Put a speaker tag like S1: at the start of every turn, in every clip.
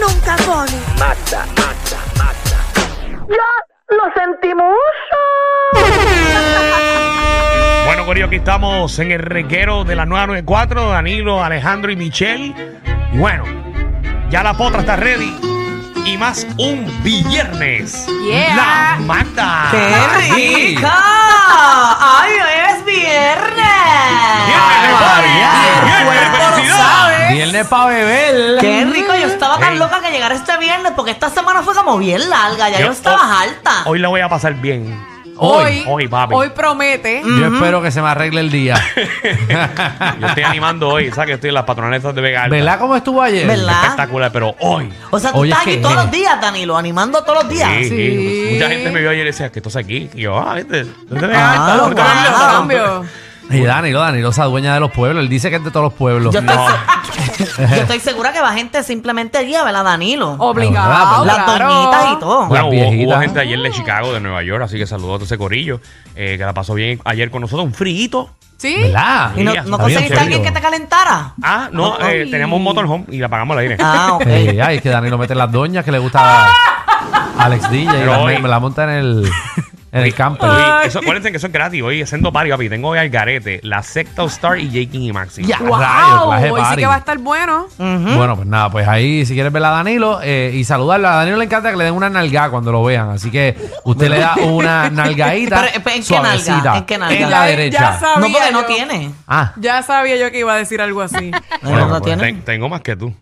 S1: nunca pone.
S2: Mata, mata, mata.
S3: ¡Ya lo sentimos!
S4: Bueno, Corillo, aquí estamos en el reguero de la 994, Danilo, Alejandro y Michelle. Y bueno, ya la potra está ready. Y más un viernes.
S5: Yeah.
S4: La
S5: Ah,
S4: mata.
S5: rico! ¡Ay, hoy es
S4: Viernes de
S5: viernes!
S4: party,
S5: el
S4: viernes de
S5: cuerpo lo
S4: felicidad.
S5: sabe.
S6: Viernes para beber.
S5: ¡Qué rico! Yo estaba
S4: Ey.
S5: tan loca que llegara este viernes porque esta semana fue como bien larga. Ya
S4: Yo-
S5: yo, estaba alta.
S4: Hoy la voy a pasar bien.
S6: Hoy.
S4: Hoy, papi.
S7: Hoy promete.
S6: Yo espero que se me arregle el día.
S4: Yo estoy animando hoy, ¿sabes? Que estoy en las patronetas de Vega Alta.
S6: ¿Verdad cómo estuvo ayer?
S5: ¿Verdad?
S4: Espectacular, pero hoy.
S5: O sea, tú
S6: Oye,
S5: estás
S6: es
S5: aquí
S6: que-
S5: todos los días, Danilo, animando todos los días.
S4: Sí,
S7: Sí.
S4: pues, mucha gente me vio ayer y decía, ¿qué estás aquí? Y yo, ah, viste. ¿Dónde te
S5: Ah,
S4: Alta? ¿Dónde
S5: guau.
S4: Vega Alta?
S7: Cambio.
S6: Y Danilo, Danilo se adueña de los pueblos. Él dice que es de todos los pueblos.
S5: Yo estoy,
S4: No.
S5: se- yo estoy segura que va gente simplemente allí a ver a Danilo.
S7: Obligado.
S5: Las
S7: Oh, claro.
S5: doñitas y todo.
S4: Bueno,
S6: Las
S4: hubo,
S6: viejitas. Ah.
S4: hubo gente ayer de Chicago, de Nueva York, así que saludó a todo ese corillo eh, que la pasó bien ayer con nosotros. Un frito.
S7: Sí.
S6: ¿Verdad?
S5: ¿Y no,
S4: Mira,
S5: no
S4: está bien
S5: conseguiste a alguien que
S6: serio.
S5: te calentara?
S4: Ah, no, eh, tenemos un motorhome y la pagamos al aire.
S5: Ah, ok.
S6: Eh, ay, es que Danilo mete las doñas que le gusta a Alex DJ. Y
S4: Pero
S6: las
S4: hoy-
S6: me, me la monta en el, en el campo.
S4: Hoy, eso, acuérdense que eso es gratis. Hoy haciendo party, papi. Tengo hoy al Garete, la Secta All Star y J. King y Maxi.
S6: Ya,
S7: Wow.
S6: rayos, clase
S7: hoy sí
S6: party.
S7: que va a estar bueno.
S6: Bueno, pues nada, pues ahí si quieres ver a Danilo eh, y saludarlo. A Danilo le encanta que le den una nalgada cuando lo vean. Así que usted le da una nalgadita
S5: Pero, pero, ¿en qué nalga?
S6: suavecita
S5: ¿En qué nalga?
S6: en
S7: Ya-
S6: la
S7: ya
S6: derecha.
S7: sabe.
S5: No, porque
S7: Sabía
S5: no
S7: yo.
S5: tiene.
S6: Ah,
S7: Ya sabía yo que iba a decir algo así.
S5: No,
S6: Bueno,
S5: no
S6: pues,
S5: tiene.
S4: Ten- tengo más que tú.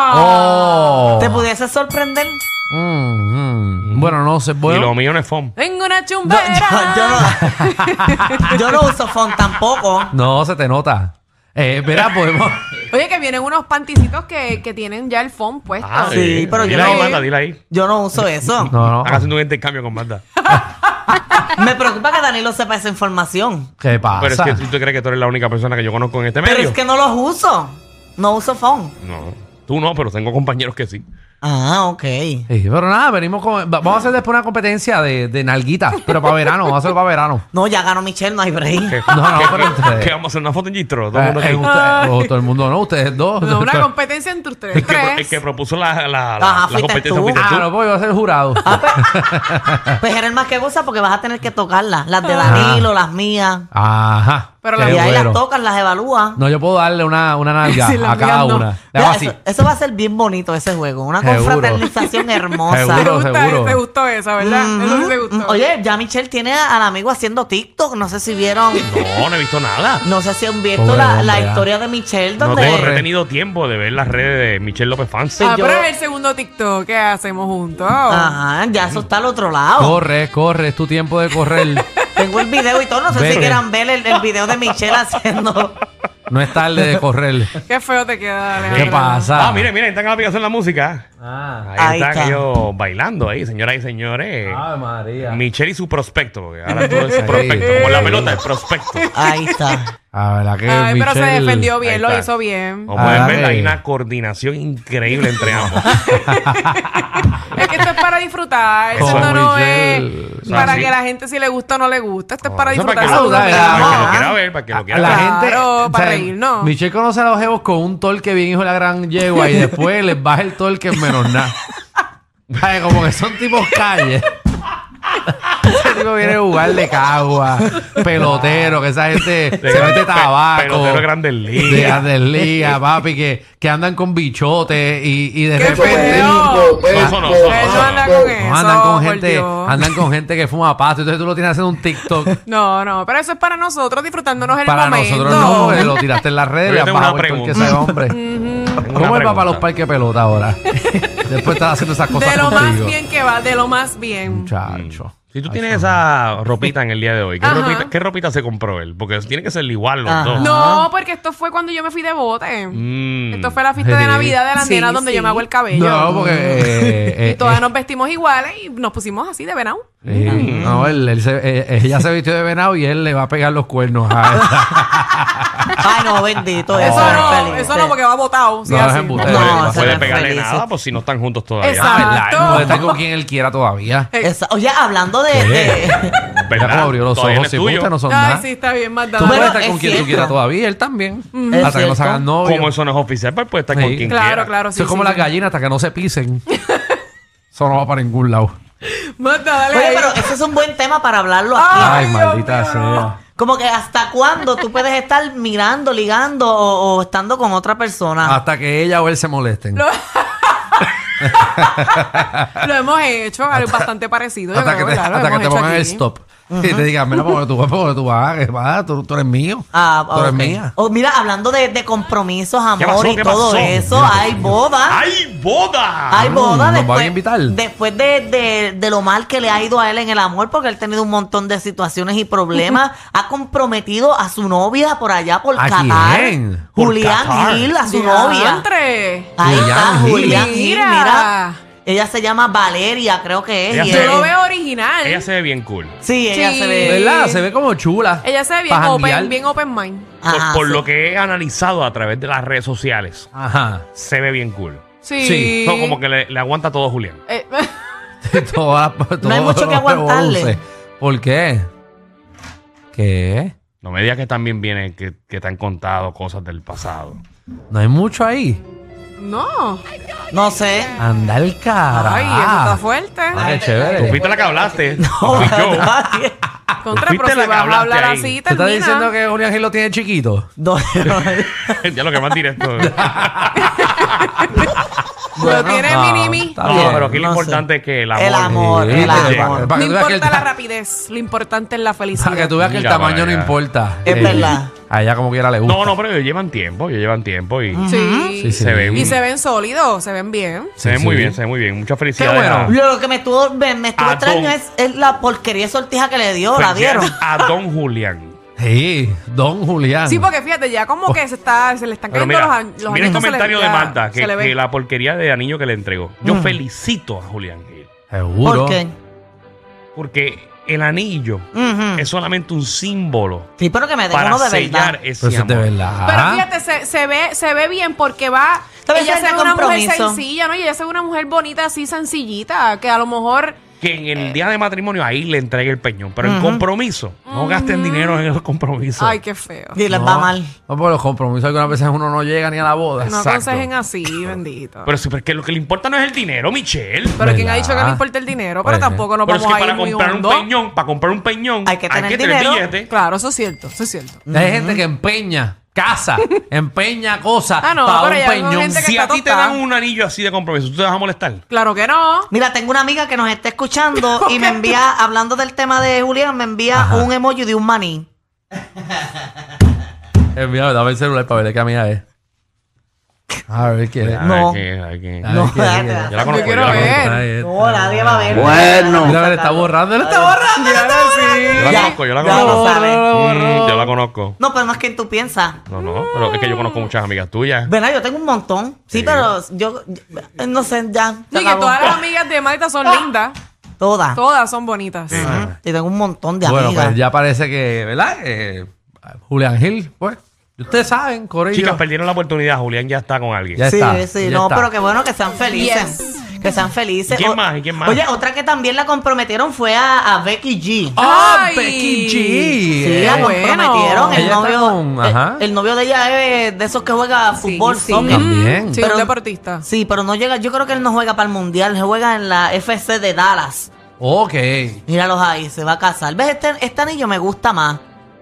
S7: ¡Ah!
S6: Oh.
S5: ¿Te pudiese sorprender?
S6: Mm, mm. Bueno, no sé.
S4: Y lo
S6: Bueno,
S4: mío no es FOM.
S7: Tengo una
S5: Yo,
S7: chumbera.
S5: yo- yo no, yo no uso font tampoco.
S6: no se te nota. Eh, espera, podemos.
S7: Oye, que vienen unos panticitos que, que tienen ya el phone puesto.
S4: Ah,
S5: sí, pero yo
S4: dile ahí,
S5: no-
S4: Manda, dile ahí.
S5: Yo no uso eso.
S6: No,
S4: Haga
S6: no.
S4: haciendo un intercambio con Manda.
S5: Me preocupa que Danilo sepa esa información.
S6: ¿Qué pasa?
S4: Pero es que tú te crees que tú eres la única persona que yo conozco en este medio.
S5: Pero es que no los uso. No uso font.
S4: No, tú no, pero tengo compañeros que sí.
S5: Ah, ok.
S6: Sí, pero nada, venimos con. va- Vamos a hacer después una competencia de, de nalguitas, pero para verano, vamos a hacerlo para verano.
S5: No, ya ganó Michelle, no hay break.
S4: Que,
S6: No, no,
S4: que-
S6: pero
S4: que-
S6: ustedes-
S4: que vamos a hacer una foto en Gistro. Todo el
S6: Eh,
S4: mundo
S6: eh,
S4: aquí.
S6: usted- o todo el mundo no, ustedes dos. Ah,
S7: No, una competencia entre ustedes
S4: El que, pro-
S7: tres.
S4: el que propuso la, la, la,
S5: Ajá,
S4: la
S5: fuiste
S4: competencia
S5: tú.
S4: fuiste tú.
S6: ah, no, porque yo voy a ser jurado.
S5: Ah, pues, pues eres el más que goza porque vas a tener que tocarlas. Las de
S7: Ah.
S5: Danilo, las mías.
S6: Ajá.
S7: Pero
S6: qué
S7: la-
S5: Y ahí
S6: bueno.
S5: las tocas, las evalúas.
S6: No, yo puedo darle una, una nalga
S7: Sí, la
S6: a
S7: mía
S6: cada
S7: no.
S6: una. Le hago
S5: Mira,
S6: así.
S5: eso, eso va a ser bien bonito ese juego. Una
S6: Seguro.
S5: confraternización hermosa.
S7: ¿Te,
S6: Seguro,
S7: gusta,
S6: seguro.
S7: te gustó esa, ¿verdad? Eso sí te
S5: Ujú.
S7: gustó.
S5: Mm-hmm. Oye, ya Michelle tiene a- al amigo haciendo TikTok. No sé si vieron,
S4: No, no he visto nada.
S5: no sé si han visto
S6: Pobre
S5: la,
S6: hombre,
S5: la
S6: ah.
S5: historia de Michelle
S4: No
S5: donde
S4: tengo
S6: Corre.
S4: retenido tiempo de ver las redes de Michelle López Fans.
S7: ah,
S5: yo-
S7: pero es el segundo TikTok que hacemos juntos.
S5: Ajá, ya eso está al otro lado.
S6: Corre, corre, es tu tiempo de correr.
S5: Tengo el video y todo. No sé
S6: Ve.
S5: si quieran ver el, el video de Michelle haciendo.
S6: No es tarde de correr.
S7: Qué feo te queda,
S6: ¿Qué
S7: Alejandro.
S6: pasa?
S4: Ah, miren, miren, están en la aplicación de la música.
S6: Ah,
S4: Ahí,
S5: Ahí
S4: están
S5: está.
S4: ellos bailando ahí, señoras y señores.
S6: María.
S4: Michelle y su prospecto, porque ahora todo es
S6: Sí.
S4: prospecto, como la pelota, el prospecto.
S5: Ahí está.
S6: Ah, verdad que
S7: Ay, pero se
S6: Michelle-
S7: defendió
S4: Ahí
S7: bien, lo
S4: está.
S7: hizo bien.
S4: Como pueden
S6: Ah,
S4: ver,
S6: eh.
S4: hay una coordinación increíble entre ambos.
S7: Es que esto es para disfrutar.
S4: Eso
S7: Esto
S4: es
S7: no
S6: muy
S7: es
S6: chévere.
S7: para
S4: Así.
S7: que la gente si le gusta o no le gusta. Esto es para
S4: Eso
S7: disfrutar.
S4: que,
S7: eso
S4: lo,
S7: es lo que
S6: saludar.
S4: para que lo
S5: Ah.
S4: quiera ver, para que lo quiera
S6: la
S4: ver.
S6: gente
S7: Claro, para reírnos.
S6: Michelle conoce a los jevos con un torque bien hijo de la gran yegua y después les baja el torque en menos nada. Ay, como que son tipos calles. Ese tipo viene a jugar de cagua, pelotero, que esa gente se mete tabaco.
S4: Pelotero grandes ligas.
S6: De grandes ligas, papi, que, que andan con bichotes y, y de
S7: ¡Qué
S6: repente.
S7: feo!
S4: No, eso no, eso no,
S7: Él
S4: eso
S7: no
S4: no.
S7: anda con eso.
S6: No, andan
S7: por
S6: con gente,
S7: Dios.
S6: andan con gente que fuma pasto. Entonces tú lo tienes haciendo un TikTok.
S7: No, no, pero eso es para nosotros disfrutándonos el
S6: Para
S7: momento.
S6: nosotros no, porque lo tiraste en las redes,
S4: Pero yo
S6: le has
S4: tengo
S6: bajado
S4: una
S6: el torque a
S4: pregunta.
S6: ese hombre.
S7: Mm.
S4: Tengo una
S6: ¿Cómo él va
S4: pregunta.
S6: para los parques de pelota ahora? Después estás haciendo esas cosas
S7: de lo más
S6: contigo.
S7: bien que va, de lo más bien.
S6: Muchacho.
S4: Si tú tienes esa ropita en el día de hoy, ¿qué,
S7: Ajá.
S4: ropita, qué ropita se compró él? Porque tiene que ser igual los
S5: Ajá.
S4: dos.
S6: Ah.
S7: No, porque esto fue cuando yo me fui de bote.
S4: Mm.
S7: Esto fue la fiesta de
S6: Sí.
S7: Navidad de las Sí, nenas donde sí. yo me hago el cabello.
S6: No, porque... eh, eh,
S7: Mm. Y todas
S6: eh,
S7: nos vestimos iguales y nos pusimos así de verano.
S6: eh,
S4: Mm.
S6: no, él, él se- eh, ella se vistió de venado y él le va a pegar los cuernos a ella.
S5: Ay, no, bendito.
S7: eso
S5: es
S7: no,
S5: feliz.
S7: eso no, porque va botado. sí,
S6: Oh. No, es
S7: así.
S6: embustero.
S4: No,
S5: No,
S4: no
S5: se
S4: puede
S5: ven
S4: pegarle
S5: felices.
S4: nada, pues si no están juntos todavía.
S7: Exacto.
S4: pues.
S6: ¿Verdad? No está con quien él quiera todavía.
S5: Esa- Oye, hablando de. de-
S6: Ya como abrió los
S4: Todavía
S6: ojos.
S4: no
S6: Si
S4: es tuyo.
S6: gusta, no son
S7: Ay,
S6: nada.
S7: sí, está bien,
S6: Tú
S7: Magdalena.
S5: Bueno,
S6: puedes estar
S5: es
S6: con quien tú
S5: cierto.
S6: quieras todavía. Él también.
S7: Mm.
S5: Es
S6: Hasta que no se
S5: cierto.
S6: hagan novio.
S4: Como eso no es oficial, pues puede estar
S6: Sí.
S4: con quien
S7: claro,
S4: quiera.
S7: claro, sí.
S6: Eso es como
S7: sí,
S6: las
S7: sí.
S6: gallinas hasta que no se pisen. Eso no va para ningún lado.
S7: Magda, dale
S5: Oye,
S6: Pues,
S7: ahí.
S5: pero ese es un buen tema para hablarlo aquí.
S7: Ay,
S6: Ay,
S7: Dios
S6: maldita
S7: mío,
S6: sea.
S7: no.
S5: Como que hasta cuándo tú puedes estar mirando, ligando o, o estando con otra persona.
S4: Ah,
S6: Hasta que ella o él se molesten.
S7: Ah. Lo- Lo hemos hecho, algo bastante parecido.
S6: eh,
S7: yo
S6: hasta que
S7: creo,
S6: te,
S7: ¿verdad? Lo
S6: hasta que
S7: hemos
S6: te
S7: hecho
S6: pongan
S7: aquí.
S6: el stop. Y te digan, mira, porque tú vas, porque tú vas, que vas, tú, tú eres mío.
S5: Ah,
S6: tú eres
S5: ok.
S6: mía.
S5: O mira, hablando de, de compromisos, amor
S4: pasó?
S5: y
S4: ¿Qué
S5: todo
S4: pasó?
S5: eso, hay boda.
S4: ¡Ay, boda!
S5: Hay
S6: Mm,
S5: boda
S6: ¿nos
S5: después,
S6: van a invitar?
S5: después de, de- de lo mal que le ha ido a él en el amor, porque él ha tenido un montón de situaciones y problemas. ha comprometido a su novia por allá, por
S6: ¿A
S5: Qatar.
S6: quién?
S4: Por
S5: Julián
S4: Qatar.
S5: Gil, a su novia.
S7: Diantre.
S5: Ahí está,
S6: Julián Gil.
S5: Julián Gil,
S7: Mira.
S5: mira. Ella se llama Valeria, creo que es.
S4: Ella
S5: y
S4: se-
S5: es-
S7: Yo lo veo original.
S4: Ella se ve bien cool.
S5: Sí, ella
S7: Sí.
S5: se ve.
S6: ¿Verdad? Se ve como chula.
S7: Ella se ve bien
S6: Pa'
S7: open,
S6: janguear.
S7: bien open mind.
S4: Por,
S5: Ajá,
S4: por
S5: sí.
S4: lo que he analizado a través de las redes sociales,
S6: Ajá.
S4: se ve bien cool.
S7: Sí.
S6: Sí.
S4: No, como que le, le aguanta todo Julián.
S7: Eh,
S6: Todas-
S5: No hay
S6: todos
S5: mucho que
S6: los
S5: aguantarle.
S6: roces. ¿Por qué? ¿Qué?
S4: No me digas que también viene, que, que te han contado cosas del pasado.
S6: No hay mucho ahí.
S7: no.
S5: No sé.
S6: Anda el cara.
S7: Ay, eso está fuerte.
S6: Ah, qué
S4: Tú
S6: chévere.
S4: fuiste la que hablaste. No fui yo.
S7: Contra,
S4: Fuiste
S7: pero
S4: la
S7: si
S4: que
S7: vas a hablar
S4: hablaste
S7: así,
S4: ahí.
S6: ¿Tú
S7: termina.
S6: estás diciendo que Julián Gil lo tiene chiquito?
S5: No,
S4: ya lo que más directo.
S7: Lo tiene
S6: no,
S7: minimi.
S6: Ah, está
S4: no,
S6: bien.
S4: pero aquí lo
S5: no sé.
S4: importante es que el amor.
S5: El amor,
S6: Sí,
S5: el
S6: pero
S4: llega.
S5: amor.
S6: Para
S7: No
S6: que tú veas que
S7: importa
S6: el
S7: la
S6: ta-
S7: rapidez, lo importante es la
S6: para que
S7: felicidad.
S6: tú veas que el
S4: Mira para
S6: tamaño no
S4: allá.
S6: importa.
S5: Es verdad.
S6: A ella como quiera le gusta.
S4: No, no, pero ellos llevan tiempo, ellos llevan tiempo y
S7: Mm. Sí.
S6: Sí, sí.
S4: se ven.
S7: Y se ven sólidos, se ven bien.
S6: Sí,
S4: se ven muy
S6: sí.
S4: bien, se ven muy bien. Mucha felicidad.
S6: Qué bueno.
S5: Lo que me estuvo, me, me estuvo
S4: A
S5: extraño
S4: Don.
S5: es, es la porquería de sortija que le dio, la vieron.
S4: A Don Julián.
S6: Sí, Don Julián.
S7: Sí, porque fíjate, ya como que se, está, se le están
S4: Pero
S7: cayendo
S4: mira,
S7: los años. Los
S4: mira el
S7: añitos, se le-
S4: comentario de
S7: ya
S4: Marta, que,
S7: se le ve.
S4: que la porquería de anillo que le entregó. Yo felicito a Julián Gil,
S6: Seguro.
S5: ¿Por qué?
S4: porque el anillo
S5: Ujú.
S4: es solamente un símbolo
S5: Sí, pero que me den
S4: para
S5: uno Mm. de
S4: sellar
S5: verdad.
S4: ese
S6: Pero eso Pues es de
S4: amor.
S6: verdad.
S4: Ah.
S7: Pero fíjate, se, se ve, se ve bien porque va.
S5: Tal vez
S7: Ella
S5: es
S7: se
S5: de
S7: ve una mujer
S5: compromiso.
S7: sencilla, ¿no? Y ella se ve una mujer bonita, así sencillita, que a lo mejor.
S4: Que en el día de matrimonio ahí le entregue el peñón. Pero en
S5: Ujú.
S4: compromiso, no gasten dinero en el compromiso.
S7: Ay, qué feo.
S5: Y les
S6: No,
S5: va mal.
S6: No, porque los compromisos algunas veces uno no llega ni a la boda.
S7: No
S4: Exacto.
S7: aconsejen así, bendito.
S4: Pero sí, pero es que lo que le importa no es el dinero, Michelle.
S7: Pero quien ha
S6: ¿Verdad?
S7: dicho que no importa el dinero, pero
S6: Pues,
S7: tampoco nos
S4: Pero es
S7: vamos
S4: que
S7: a ir
S4: para
S7: muy
S4: comprar un ¿eh?
S7: hondo.
S4: peñón, para comprar un peñón,
S5: Hay que tener dinero.
S4: billete.
S7: Claro, eso es cierto, eso es cierto.
S6: Hay gente que empeña casa, empeña cosas
S7: Ah, no,
S6: para
S7: pero
S6: un
S7: ya veo
S6: peñón.
S7: gente que-
S4: Si a
S7: está
S4: ti te
S7: tostada.
S4: dan un anillo así de compromiso, ¿tú te vas a molestar?
S7: Claro que no.
S5: Mira, tengo una amiga que nos está escuchando y me envía, hablando del tema de Julián, me envía
S6: Ajá.
S5: un emoji de un maní.
S6: Eh, mira, dame el celular para ver qué amiga es. A ver quién es.
S5: No.
S4: Hay que- hay que-
S6: A ver
S5: No,
S6: quién es, quién es.
S5: dale.
S4: Yo la conozco,
S7: Yo quiero
S4: yo la conozco.
S7: ver.
S6: Ahí está.
S5: No, nadie va a ver.
S2: Bueno.
S6: Mira, él está borrando, él está borrando.
S4: Yo la
S5: Ya,
S4: conozco, yo la
S5: ya lo
S4: conozco.
S5: sabes.
S4: Mm, Yo la conozco.
S5: No, pero no es que tú piensas.
S4: No, no, pero es que yo conozco muchas amigas tuyas.
S5: ¿Verdad? Yo tengo un montón. Sí,
S4: Sí.
S5: pero yo, yo- no sé, ya. se
S7: Sí, que
S5: acabó. Ah.
S7: todas las amigas de Marta son lindas.
S5: Todas.
S7: Todas son bonitas.
S5: Ujú. Y tengo un montón de
S6: Bueno,
S5: amigas.
S6: pues ya parece que, ¿verdad? Eh, Julián Gil, pues. Ustedes saben, Corillo.
S4: Chicas, perdieron la oportunidad. Julián ya está con alguien.
S6: Ya
S5: sí,
S6: está,
S5: sí,
S6: ya
S5: no,
S6: está.
S5: pero qué bueno que sean felices. Que sean felices.
S4: ¿Y quién
S5: O-
S4: más? ¿Y quién más?
S5: Oye, otra que también la comprometieron fue a, a Becky G.
S6: ¡Ah,
S7: Ay.
S6: Becky G!
S5: Sí,
S6: Eh,
S5: la
S7: bueno.
S5: comprometieron. El
S6: Ella está
S5: novio,
S6: con- ajá.
S5: El, el novio de ella es de esos que juega fútbol. Sí,
S6: son-
S5: sí.
S6: También.
S7: Sí,
S5: Pero-
S7: un deportista.
S5: pero no llega. Yo creo que él no juega para el mundial. Él juega en la FC de Dallas.
S6: Ok.
S5: Míralos ahí, se va a casar. ¿Ves? Este, este anillo me gusta más.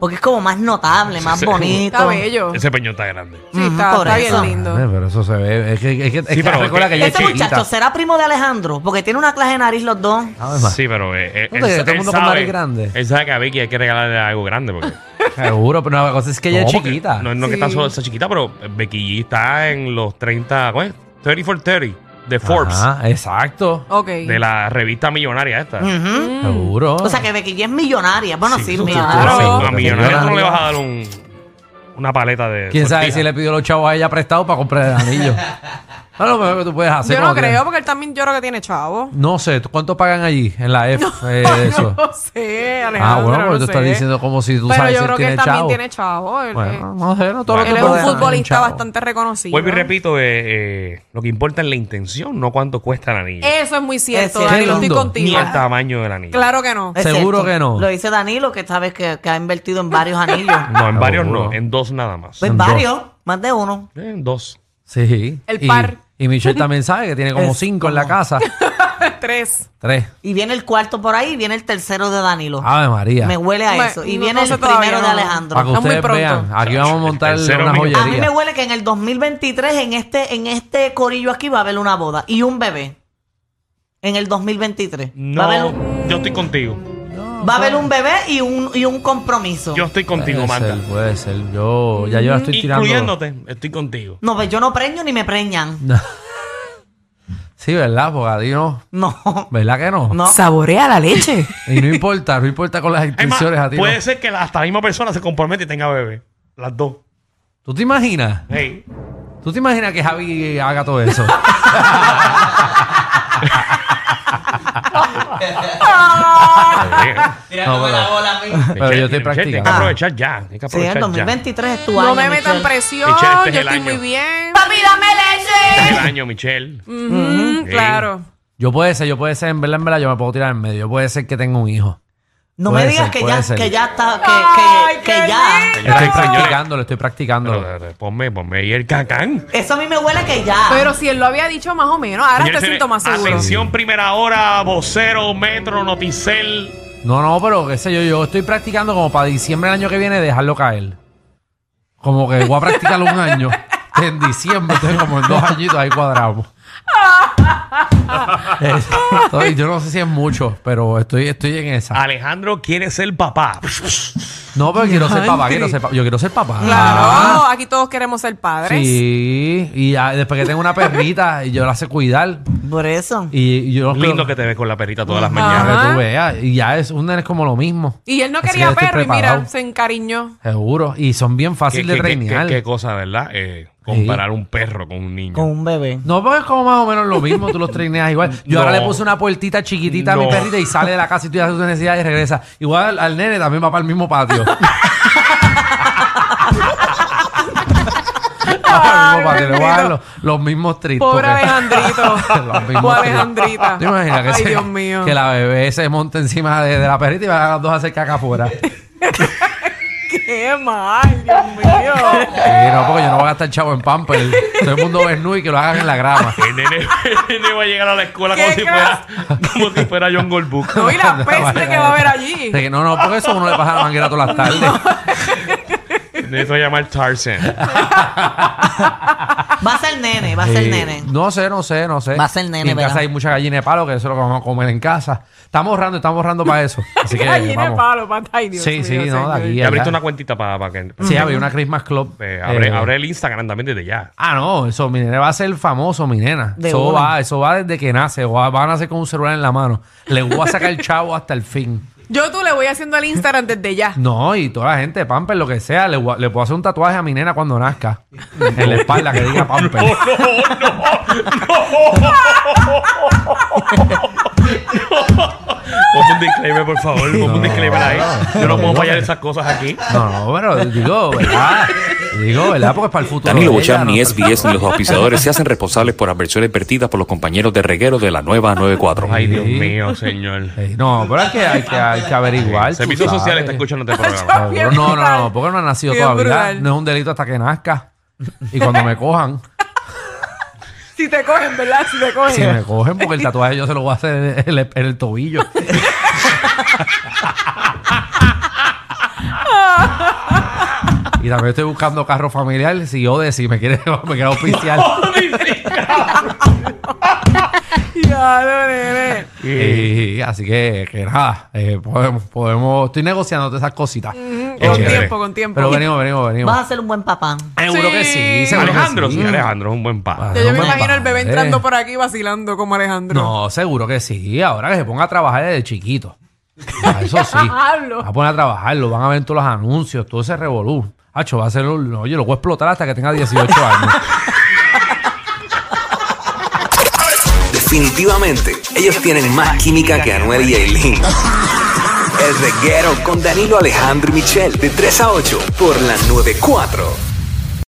S5: Porque es como más notable, más
S4: Sí.
S5: bonito.
S7: Está bello. Sí,
S4: Ese peñón está grande.
S5: Ujú,
S7: está,
S5: por
S7: está
S5: eso.
S7: bien lindo.
S6: Eh, pero eso se ve. Es que, es que, es que
S4: pero
S6: recuerda
S4: es que-
S6: que ella es
S5: Ese
S6: chiquita.
S5: Este
S6: Ah,
S5: muchacho será primo de Alejandro, porque tiene una clase de nariz los dos.
S6: Ave María.
S4: Sí, pero eh, eh,
S6: No te- todo el mundo con nariz grande.
S4: él sabe que a Vicky hay que regalarle algo grande. Porque,
S6: Seguro, pero la cosa es que ella es
S4: No, porque
S6: chiquita.
S4: No, no es que tan
S7: Sí.
S4: solo está chiquita, pero Becky G está en los 30, ¿cuál es? 30 for 30 de Forbes,
S6: Ajá, exacto.
S7: Ok.
S4: de la revista millonaria esta.
S5: Ujú.
S7: Mm.
S6: Seguro.
S5: O sea que Becky G es millonaria. Mm, Bueno, sí,
S6: tú- tú-
S5: millonaria.
S6: tú-
S4: Claro,
S6: sí,
S4: a millonaria tú no
S6: millonaria.
S4: le vas a dar un, una paleta de.
S6: Quién sabe
S4: sortija.
S6: si le pidió los chavos a ella prestado para comprar el anillo. No, lo mejor que tú puedes hacer.
S7: Yo no
S6: como que-
S7: creo, porque él también yo creo que tiene chavo.
S6: No sé, ¿tú- ¿cuánto pagan allí en la F eh, de eso?
S7: No sé, Alejandro.
S6: ah, bueno,
S7: no
S6: pero tú estás
S7: sé.
S6: diciendo como si tú
S7: Pero
S6: sabes
S7: yo
S6: si
S7: creo
S6: él
S7: que él
S6: tiene
S7: también
S6: chavo.
S7: tiene chavo. Él,
S6: Bueno, no sé, no todo
S7: Eh, él
S6: lo que
S7: es
S6: puede
S7: un
S6: hacer
S7: futbolista
S6: chavo.
S7: bastante reconocido.
S4: Vuelvo y repito, eh, eh, lo que importa es la intención, no cuánto cuesta el anillo.
S7: Eso es muy cierto,
S5: Es Eh.
S7: Dani, lo
S6: cierto.
S7: estoy
S4: ni
S7: contigo.
S4: el tamaño del anillo.
S7: Claro que no.
S5: Es
S6: Seguro que no.
S5: Lo dice Danilo, que sabes que, que ha invertido en varios anillos.
S4: No, en varios no,
S6: Seguro.
S4: en dos nada más. Eh,
S5: Pues
S6: Son
S5: varios, más de uno.
S4: En dos.
S6: Sí.
S7: El
S6: Y-
S7: par.
S6: Y Michelle también sabe que tiene como
S5: Es
S6: cinco en la
S5: como-
S6: casa.
S7: Tres.
S6: Tres.
S5: Y viene el cuarto por ahí y viene el tercero de Danilo.
S6: Ave María.
S5: me huele a
S7: Me-
S5: eso. Y
S7: no-
S5: viene
S7: no
S5: el
S7: sé todavía,
S5: primero de
S7: no.
S5: Alejandro.
S6: Para que
S7: No, muy
S6: ustedes
S7: pronto.
S6: vean, aquí vamos a montar
S4: El tercero
S6: una
S4: mío.
S5: A mí me
S6: joyería.
S5: huele que en el 2023 en este en este corillo aquí va a haber una boda y un bebé. En el 2023 va, a haber
S4: No,
S5: un,
S4: yo estoy contigo.
S5: va a haber un bebé y un y un compromiso.
S4: Yo estoy contigo,
S6: puede
S4: Magda.
S6: ser, puede ser. Yo, ya yo la estoy tirando.
S4: Incluyéndote, estoy contigo.
S5: No, pues yo no preño ni me preñan.
S6: Sí, ¿verdad? Porque a ti no.
S5: No.
S6: ¿Verdad que no?
S5: No.
S7: Saborea la leche.
S6: Y no importa, no importa con las
S4: Es más,
S6: intenciones a ti. no.
S4: puede ser que la- hasta la misma persona se compromete y tenga bebé. Las dos.
S6: ¿Tú te imaginas?
S4: Hey.
S6: ¿Tú te imaginas que Javi haga todo eso?
S5: Tirándome la bola a mí.
S6: Pero yo estoy
S4: Tienes
S6: practicando.
S4: que aprovechar ya. Tienes que
S5: Sí, en
S4: aprovechar
S5: el
S4: ya.
S5: 2023 es tu año.
S7: No me metan
S5: Michelle.
S7: presión,
S4: Michelle, este es
S7: yo
S4: el
S7: estoy
S4: año.
S7: muy bien.
S4: Es El año, Michelle.
S6: Mm.
S7: Ujú,
S4: Sí.
S7: Claro.
S6: Yo puede ser, yo puede ser, en verdad, en verdad, yo me puedo tirar en medio. Yo puede ser que tenga un hijo.
S5: No
S6: Puede
S5: me digas
S6: ser,
S5: que
S6: puede
S5: ya
S6: ser.
S5: que ya está que
S7: Ay,
S5: que,
S7: qué
S5: que ya.
S4: Señores,
S6: Yo estoy
S4: señores,
S6: practicando, lo estoy practicando.
S4: pero, eh, pero, ponme, ponme. Y el cacán.
S5: Eso a mí me huele que ya.
S7: Pero si él lo había dicho más o menos, ahora te
S4: Señores,
S7: siento más seguro.
S4: Atención, primera hora, vocero, metro, noticel.
S6: No, no, pero qué sé yo, yo estoy practicando como para diciembre del año que viene dejarlo caer. Como que voy a practicarlo un año. En diciembre, entonces como en dos añitos ahí cuadramos. Entonces, yo no sé si es mucho, pero estoy, estoy en esa.
S4: Alejandro quiere ser papá.
S6: No, pero quiero ser papá, quiero ser papá. Yo quiero ser papá.
S7: Claro, aquí todos queremos ser padres.
S6: Ah. Sí, y ya después que tengo una perrita y yo la sé cuidar.
S5: Por eso.
S6: Y, y yo no
S4: Lindo que te ves con la perrita todas las
S6: Ya
S4: mañanas.
S6: que
S7: Ajá.
S6: tú veas, y ya es, un es como lo mismo.
S7: Y él no
S6: Así que
S7: quería
S6: yo estoy
S7: perro y mira,
S6: preparado.
S7: se encariñó.
S6: Seguro. Y son bien
S4: Qué,
S6: fácil de
S4: qué- qué-
S6: reinar.
S4: qué- qué cosa, ¿verdad? Eh, comparar un perro con un niño.
S5: Con un bebé.
S6: No, porque es como más o menos lo mismo, tú los trineas igual. Yo ahora
S4: No.
S6: le puse una puertita chiquitita a mi
S4: No.
S6: perrita y sale de la casa y tú ya haces tus necesidades y regresa. Igual al, al nene también va para el mismo patio. Va para el mismo patio, le voy a dar los, los mismos tritos.
S7: Pobre Alejandrito.
S6: Los mismos tritos.
S7: Pobre Alejandrita.
S6: ¿Te imaginas que,
S7: Ay,
S6: se-
S7: Dios mío.
S6: que la bebé se monte encima de, de la perrita y van a las dos a hacer caca afuera?
S7: Qué mal, Dios mío.
S6: Sí, no, porque yo no voy a gastar chavo en pamper. Todo el mundo desnudo y que lo hagan en la grama.
S4: El nene, el nene va a llegar a la escuela
S7: ¿Qué
S4: como si,
S7: clase?
S4: fuera, como si fuera John Goldbook.
S7: No, y la peste que va a haber allí.
S6: De que no, no, porque eso uno le pasa la manguera todas las tardes.
S4: Necesito llamar Tarzan.
S5: Va a ser nene, va a ser
S6: Eh,
S5: nene.
S6: No sé, no sé, no sé.
S5: Va a ser nene,
S6: Y En
S5: ¿verdad?
S6: casa hay mucha gallina de palo, que eso es lo que vamos a comer en casa. Estamos ahorrando, estamos ahorrando para eso. Así que
S7: Gallina de
S6: vamos.
S7: palo, pata. Ay, Dios
S6: Sí,
S7: mío,
S6: sí, no,
S7: señor.
S6: de aquí.
S4: Ya abriste
S6: ya.
S4: una cuentita para que.
S6: Sí, había una Christmas Club.
S4: eh, abre,
S6: eh,
S4: abre el Instagram también desde ya.
S6: Ah, no, eso, mi nene va a ser famoso, mi nena.
S5: De
S6: eso
S5: una.
S6: va, eso va desde que nace. Va, va a nacer con un celular en la mano. Le voy a sacar el chavo hasta el fin.
S7: Yo tú le voy haciendo el Instagram desde ya.
S6: No, y toda la gente, Pamper, lo que sea, le, voy a- le puedo hacer un tatuaje a mi nena cuando nazca. En la espalda que diga Pamper.
S4: Ponme un disclaimer, por favor. Ponme un
S6: No,
S4: disclaimer ahí.
S6: no,
S4: Yo no
S6: no,
S4: puedo
S6: no.
S4: fallar esas cosas aquí.
S6: No, no, pero digo, ¿verdad? Digo, ¿verdad? Porque es para el futuro.
S1: Danilo
S6: de ella,
S1: Bocham,
S6: no
S1: ni
S6: es para-
S1: SBS, ni los auspiciadores se hacen responsables por adversiones vertidas por los compañeros de reguero de la nueva 94.
S4: Ay, Dios
S6: Sí.
S4: mío, señor.
S6: Sí, Eh, No, pero es que hay que, hay que averiguar. tú
S4: Servicio
S6: sabes.
S4: Social está escuchando este programa.
S6: Seguro. No, no, no, porque no ha nacido
S7: Bien
S6: todavía.
S7: brutal.
S6: No es un delito hasta que nazca. Y cuando me cojan,
S7: Si te cogen, ¿verdad? Si te cogen.
S6: si me cogen, porque el tatuaje yo se lo voy a hacer en el, en el tobillo. Y también estoy buscando carro familiar. Si yo de si me quiere, me quiere auspiciar.
S7: Ya, no, nene.
S6: Y- así que, que nada, eh, podemos, podemos, estoy negociando todas esas cositas. Eh,
S7: Con
S6: chévere.
S7: tiempo, con tiempo.
S6: Pero venimos, venimos,
S5: Vas
S6: venimos.
S5: a ser un buen papá.
S6: Seguro que sí, seguro que
S4: Alejandro,
S6: sí.
S4: sí, Alejandro es un buen padre.
S6: Ah,
S7: Ya yo me
S6: no,
S7: imagino el bebé
S6: padre.
S7: entrando por aquí vacilando como Alejandro.
S6: eh. No, seguro que sí. Ahora que se ponga a trabajar desde chiquito. Ah, eso sí.
S7: Diablo.
S6: Va a poner a trabajar, lo van a ver en todos los anuncios, todo ese revolú. Hacho, va a ser un. Oye, lo voy a explotar hasta que tenga 18 años.
S8: Definitivamente, ellos tienen más química que Anuel y Aileen. El reguero con Danilo Alejandro y Michel de 3 a 8 por la 94.